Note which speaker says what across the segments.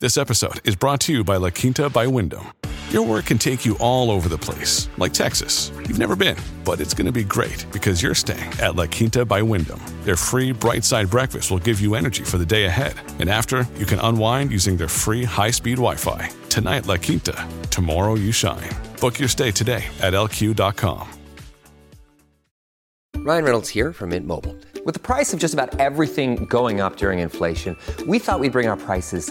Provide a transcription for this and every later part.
Speaker 1: This episode is brought to you by La Quinta by Wyndham. Your work can take you all over the place, like Texas. You've never been, but it's going to be great because you're staying at La Quinta by Wyndham. Their free bright side breakfast will give you energy for the day ahead. And after, you can unwind using their free high speed Wi Fi. Tonight, La Quinta. Tomorrow, you shine. Book your stay today at lq.com.
Speaker 2: Ryan Reynolds here from Mint Mobile. With the price of just about everything going up during inflation, we thought we'd bring our prices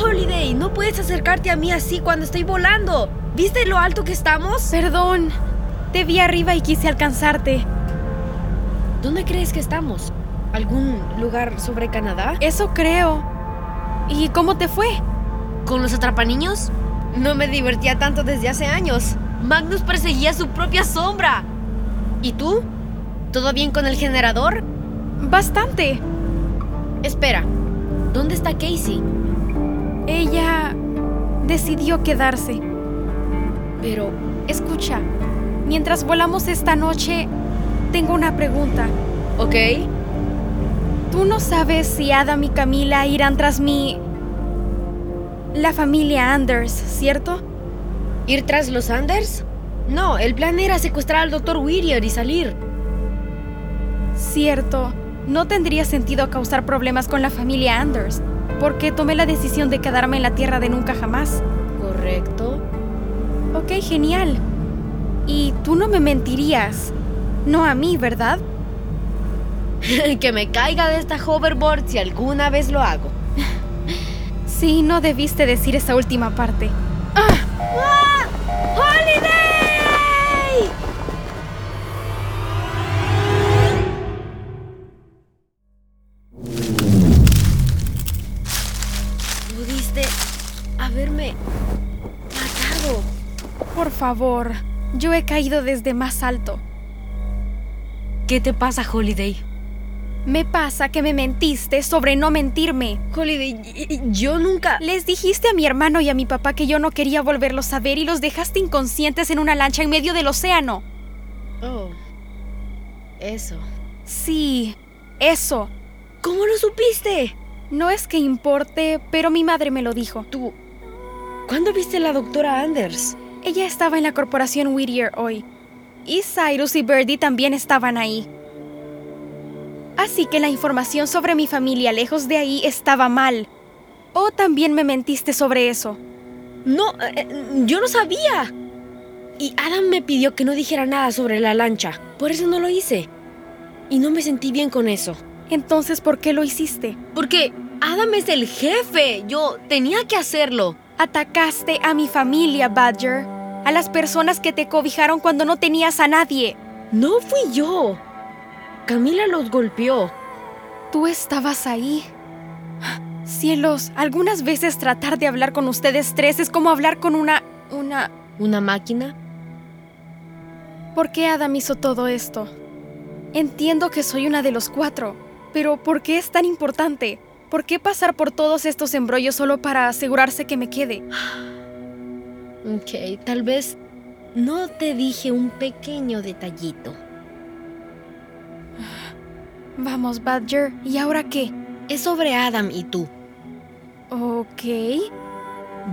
Speaker 3: Holiday, no puedes acercarte a mí así cuando estoy volando. ¿Viste lo alto que estamos? Perdón. Te vi arriba y quise alcanzarte. ¿Dónde crees que estamos? ¿Algún lugar sobre Canadá? Eso creo. ¿Y cómo te fue? ¿Con los atrapaniños? No me divertía tanto desde hace años. Magnus perseguía su propia sombra. ¿Y tú? ¿Todo bien con el generador? Bastante. Espera, ¿dónde está Casey? Ella decidió quedarse. Pero, escucha, mientras volamos esta noche, tengo una pregunta. ¿Ok? ¿Tú no sabes si Adam y Camila irán tras mi... la familia Anders, ¿cierto? ¿Ir tras los Anders? No, el plan era secuestrar al Dr. Whittier y salir. Cierto. No tendría sentido causar problemas con la familia Anders, porque tomé la decisión de quedarme en la tierra de nunca jamás. Correcto. Ok, genial. Y tú no me mentirías. No a mí, ¿verdad? que me caiga de esta hoverboard si alguna vez lo hago. sí, no debiste decir esa última parte. ¡Holiday! Pudiste haberme matado. Por favor, yo he caído desde más alto. ¿Qué te pasa, Holiday? Me pasa que me mentiste sobre no mentirme. Holiday, yo nunca... Les dijiste a mi hermano y a mi papá que yo no quería volverlos a ver y los dejaste inconscientes en una lancha en medio del océano. Oh. Eso. Sí, eso. ¿Cómo lo supiste? No es que importe, pero mi madre me lo dijo. ¿Tú? ¿Cuándo viste a la doctora Anders? Ella estaba en la corporación Whittier hoy. Y Cyrus y Birdie también estaban ahí. Así que la información sobre mi familia lejos de ahí estaba mal. O también me mentiste sobre eso. No, eh, yo no sabía. Y Adam me pidió que no dijera nada sobre la lancha. Por eso no lo hice. Y no me sentí bien con eso. Entonces, ¿por qué lo hiciste? Porque Adam es el jefe. Yo tenía que hacerlo. Atacaste a mi familia, Badger. A las personas que te cobijaron cuando no tenías a nadie. No fui yo. Camila los golpeó. Tú estabas ahí. Cielos, algunas veces tratar de hablar con ustedes tres es como hablar con una... una... ¿Una máquina? ¿Por qué Adam hizo todo esto? Entiendo que soy una de los cuatro, pero ¿por qué es tan importante? ¿Por qué pasar por todos estos embrollos solo para asegurarse que me quede? Ok, tal vez no te dije un pequeño detallito. Vamos, Badger, ¿y ahora qué? Es sobre Adam y tú. Ok.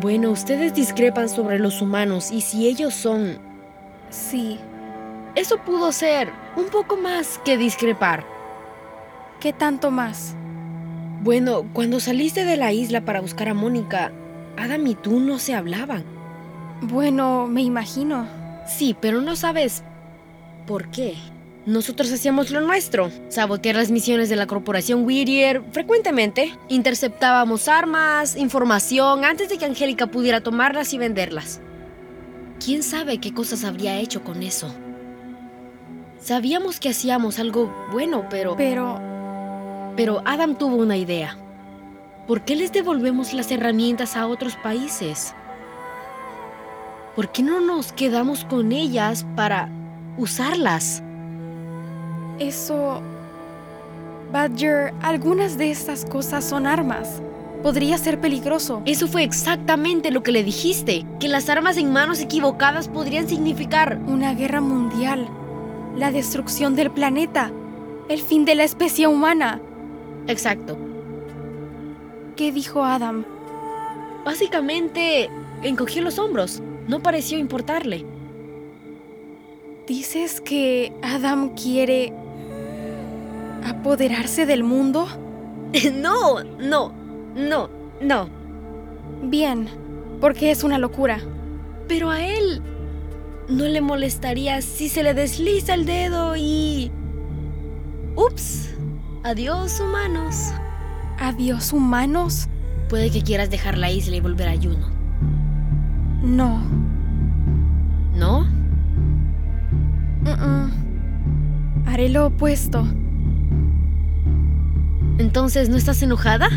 Speaker 3: Bueno, ustedes discrepan sobre los humanos y si ellos son... Sí. Eso pudo ser un poco más que discrepar. ¿Qué tanto más? Bueno, cuando saliste de la isla para buscar a Mónica, Adam y tú no se hablaban. Bueno, me imagino. Sí, pero no sabes por qué. Nosotros hacíamos lo nuestro, sabotear las misiones de la corporación Whittier frecuentemente, interceptábamos armas, información antes de que Angélica pudiera tomarlas y venderlas. ¿Quién sabe qué cosas habría hecho con eso? Sabíamos que hacíamos algo bueno, pero... Pero... Pero Adam tuvo una idea. ¿Por qué les devolvemos las herramientas a otros países? ¿Por qué no nos quedamos con ellas para usarlas? Eso... Badger, algunas de estas cosas son armas. Podría ser peligroso. Eso fue exactamente lo que le dijiste, que las armas en manos equivocadas podrían significar una guerra mundial, la destrucción del planeta, el fin de la especie humana. Exacto. ¿Qué dijo Adam? Básicamente, encogió los hombros. No pareció importarle. ¿Dices que Adam quiere apoderarse del mundo? no, no, no, no. Bien, porque es una locura. Pero a él no le molestaría si se le desliza el dedo y... Ups, adiós humanos. ¿Adiós humanos? Puede que quieras dejar la isla y volver a Juno. No. ¿No? Haré lo opuesto. ¿Entonces no estás enojada?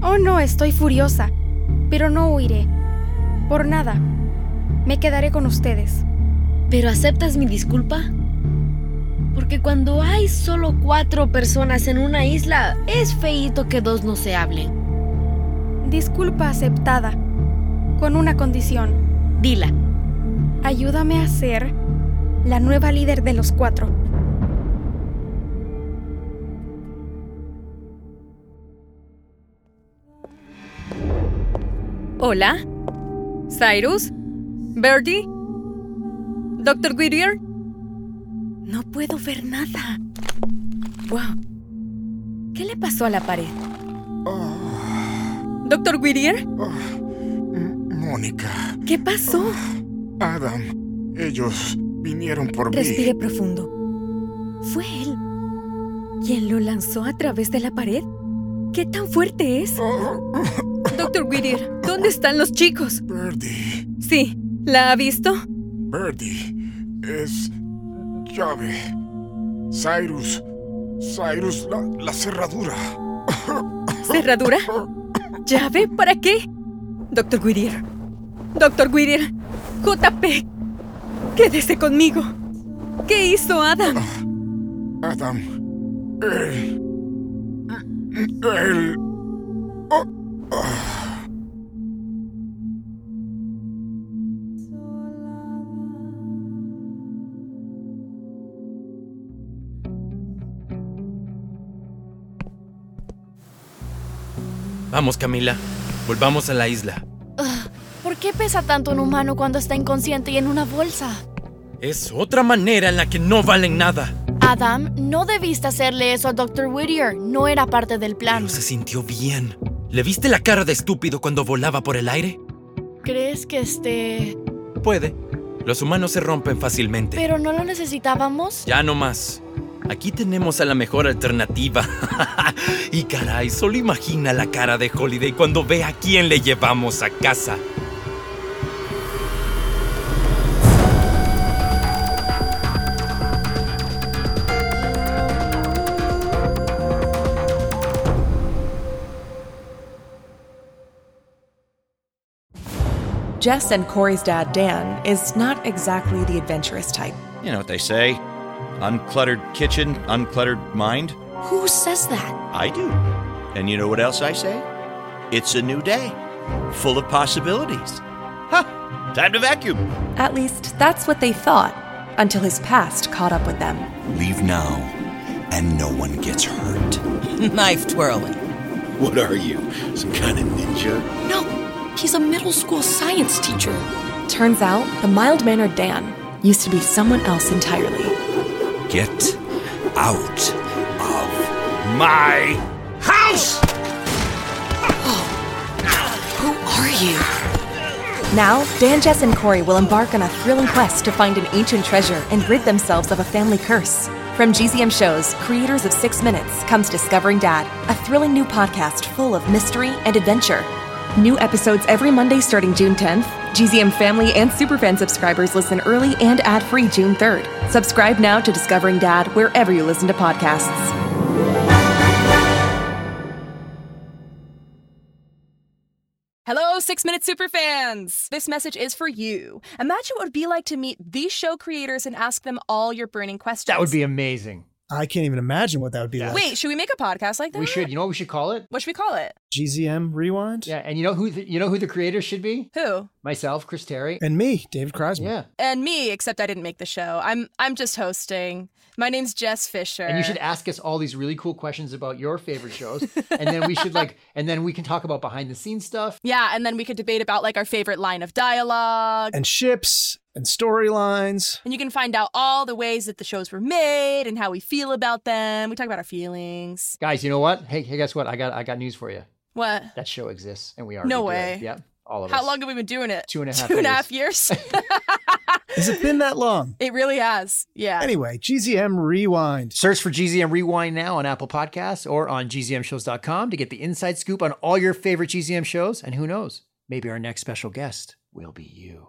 Speaker 3: Oh, no, estoy furiosa. Pero no huiré. Por nada. Me quedaré con ustedes. ¿Pero aceptas mi disculpa? Porque cuando hay solo cuatro personas en una isla, es feíto que dos no se hablen. Disculpa aceptada. Con una condición. Dila. Ayúdame a ser la nueva líder de los cuatro.
Speaker 4: Hola. Cyrus. Birdie. Doctor Whittier. No puedo ver nada. Wow. ¿Qué le pasó a la pared? Doctor Whittier,
Speaker 5: Mónica,
Speaker 4: ¿qué pasó?
Speaker 5: Adam, ellos vinieron por
Speaker 4: Respire
Speaker 5: mí.
Speaker 4: profundo. ¿Fue él quien lo lanzó a través de la pared? ¿Qué tan fuerte es?
Speaker 5: Oh,
Speaker 4: Doctor Whittier, ¿dónde están los chicos?
Speaker 5: Birdie,
Speaker 4: Sí, ¿la ha visto?
Speaker 5: Birdie, es llave. Cyrus, Cyrus, la, la cerradura.
Speaker 4: ¿Cerradura? ¿Llave? ¿Para qué? Doctor Whittier. Doctor Whittier. JP. Quédese conmigo. ¿Qué hizo Adam?
Speaker 5: Adam, él, él.
Speaker 2: Vamos, Camila. Volvamos a la isla.
Speaker 3: ¿Por qué pesa tanto un humano cuando está inconsciente y en una bolsa?
Speaker 2: Es otra manera en la que no valen nada.
Speaker 6: Adam, no debiste hacerle eso a Dr. Whittier. No era parte del plan.
Speaker 2: Pero se sintió bien. ¿Le viste la cara de estúpido cuando volaba por el aire?
Speaker 6: ¿Crees que este...
Speaker 2: Puede. Los humanos se rompen fácilmente.
Speaker 6: Pero no lo necesitábamos?
Speaker 2: Ya no más. Aquí tenemos a la mejor alternativa. y caray, solo imagina la cara de Holiday cuando ve a quién le llevamos a casa.
Speaker 7: Jess and Corey's dad, Dan, is not exactly the adventurous type.
Speaker 8: You know what they say uncluttered kitchen, uncluttered mind.
Speaker 6: Who says that?
Speaker 8: I do. And you know what else I say? It's a new day, full of possibilities. Huh, time to vacuum.
Speaker 7: At least that's what they thought, until his past caught up with them.
Speaker 8: Leave now, and no one gets hurt.
Speaker 9: Knife twirling.
Speaker 8: What are you? Some kind of ninja?
Speaker 6: No, he's a middle school science teacher.
Speaker 7: Turns out, the mild mannered Dan used to be someone else entirely.
Speaker 10: Get out of my house!
Speaker 7: Who are you? Now, Dan, Jess, and Corey will embark on a thrilling quest to find an ancient treasure and rid themselves of a family curse. From GZM Shows, creators of Six Minutes, comes Discovering Dad, a thrilling new podcast full of mystery and adventure. New episodes every Monday starting June 10th. GZM family and superfan subscribers listen early and ad free June 3rd. Subscribe now to Discovering Dad wherever you listen to podcasts. Hello, Six Minute Superfans! This message is for you. Imagine what it would be like to meet these show creators and ask them all your burning questions.
Speaker 8: That would be amazing.
Speaker 11: I can't even imagine what that would be like.
Speaker 7: Wait, should we make a podcast like that?
Speaker 8: We should. You know what we should call it?
Speaker 7: What should we call it?
Speaker 11: GZM Rewind?
Speaker 8: Yeah, and you know who the, you know who the creator should be?
Speaker 7: Who?
Speaker 8: Myself, Chris Terry,
Speaker 11: And me, David Crosby.
Speaker 8: Yeah.
Speaker 7: And me, except I didn't make the show. I'm I'm just hosting. My name's Jess Fisher.
Speaker 8: And you should ask us all these really cool questions about your favorite shows, and then we should like, and then we can talk about behind the scenes stuff.
Speaker 7: Yeah, and then we could debate about like our favorite line of dialogue.
Speaker 11: And ships and storylines.
Speaker 7: And you can find out all the ways that the shows were made and how we feel about them. We talk about our feelings.
Speaker 8: Guys, you know what? Hey, hey, guess what? I got I got news for you.
Speaker 7: What?
Speaker 8: That show exists, and we are.
Speaker 7: No way.
Speaker 8: Yep. All of
Speaker 7: How
Speaker 8: us.
Speaker 7: long have we been doing it?
Speaker 8: Two and a half
Speaker 7: Two and a half years.
Speaker 11: Has it been that long?
Speaker 7: it really has. Yeah.
Speaker 11: Anyway, GZM Rewind.
Speaker 8: Search for GZM Rewind now on Apple Podcasts or on gzmshows.com to get the inside scoop on all your favorite GZM shows. And who knows, maybe our next special guest will be you.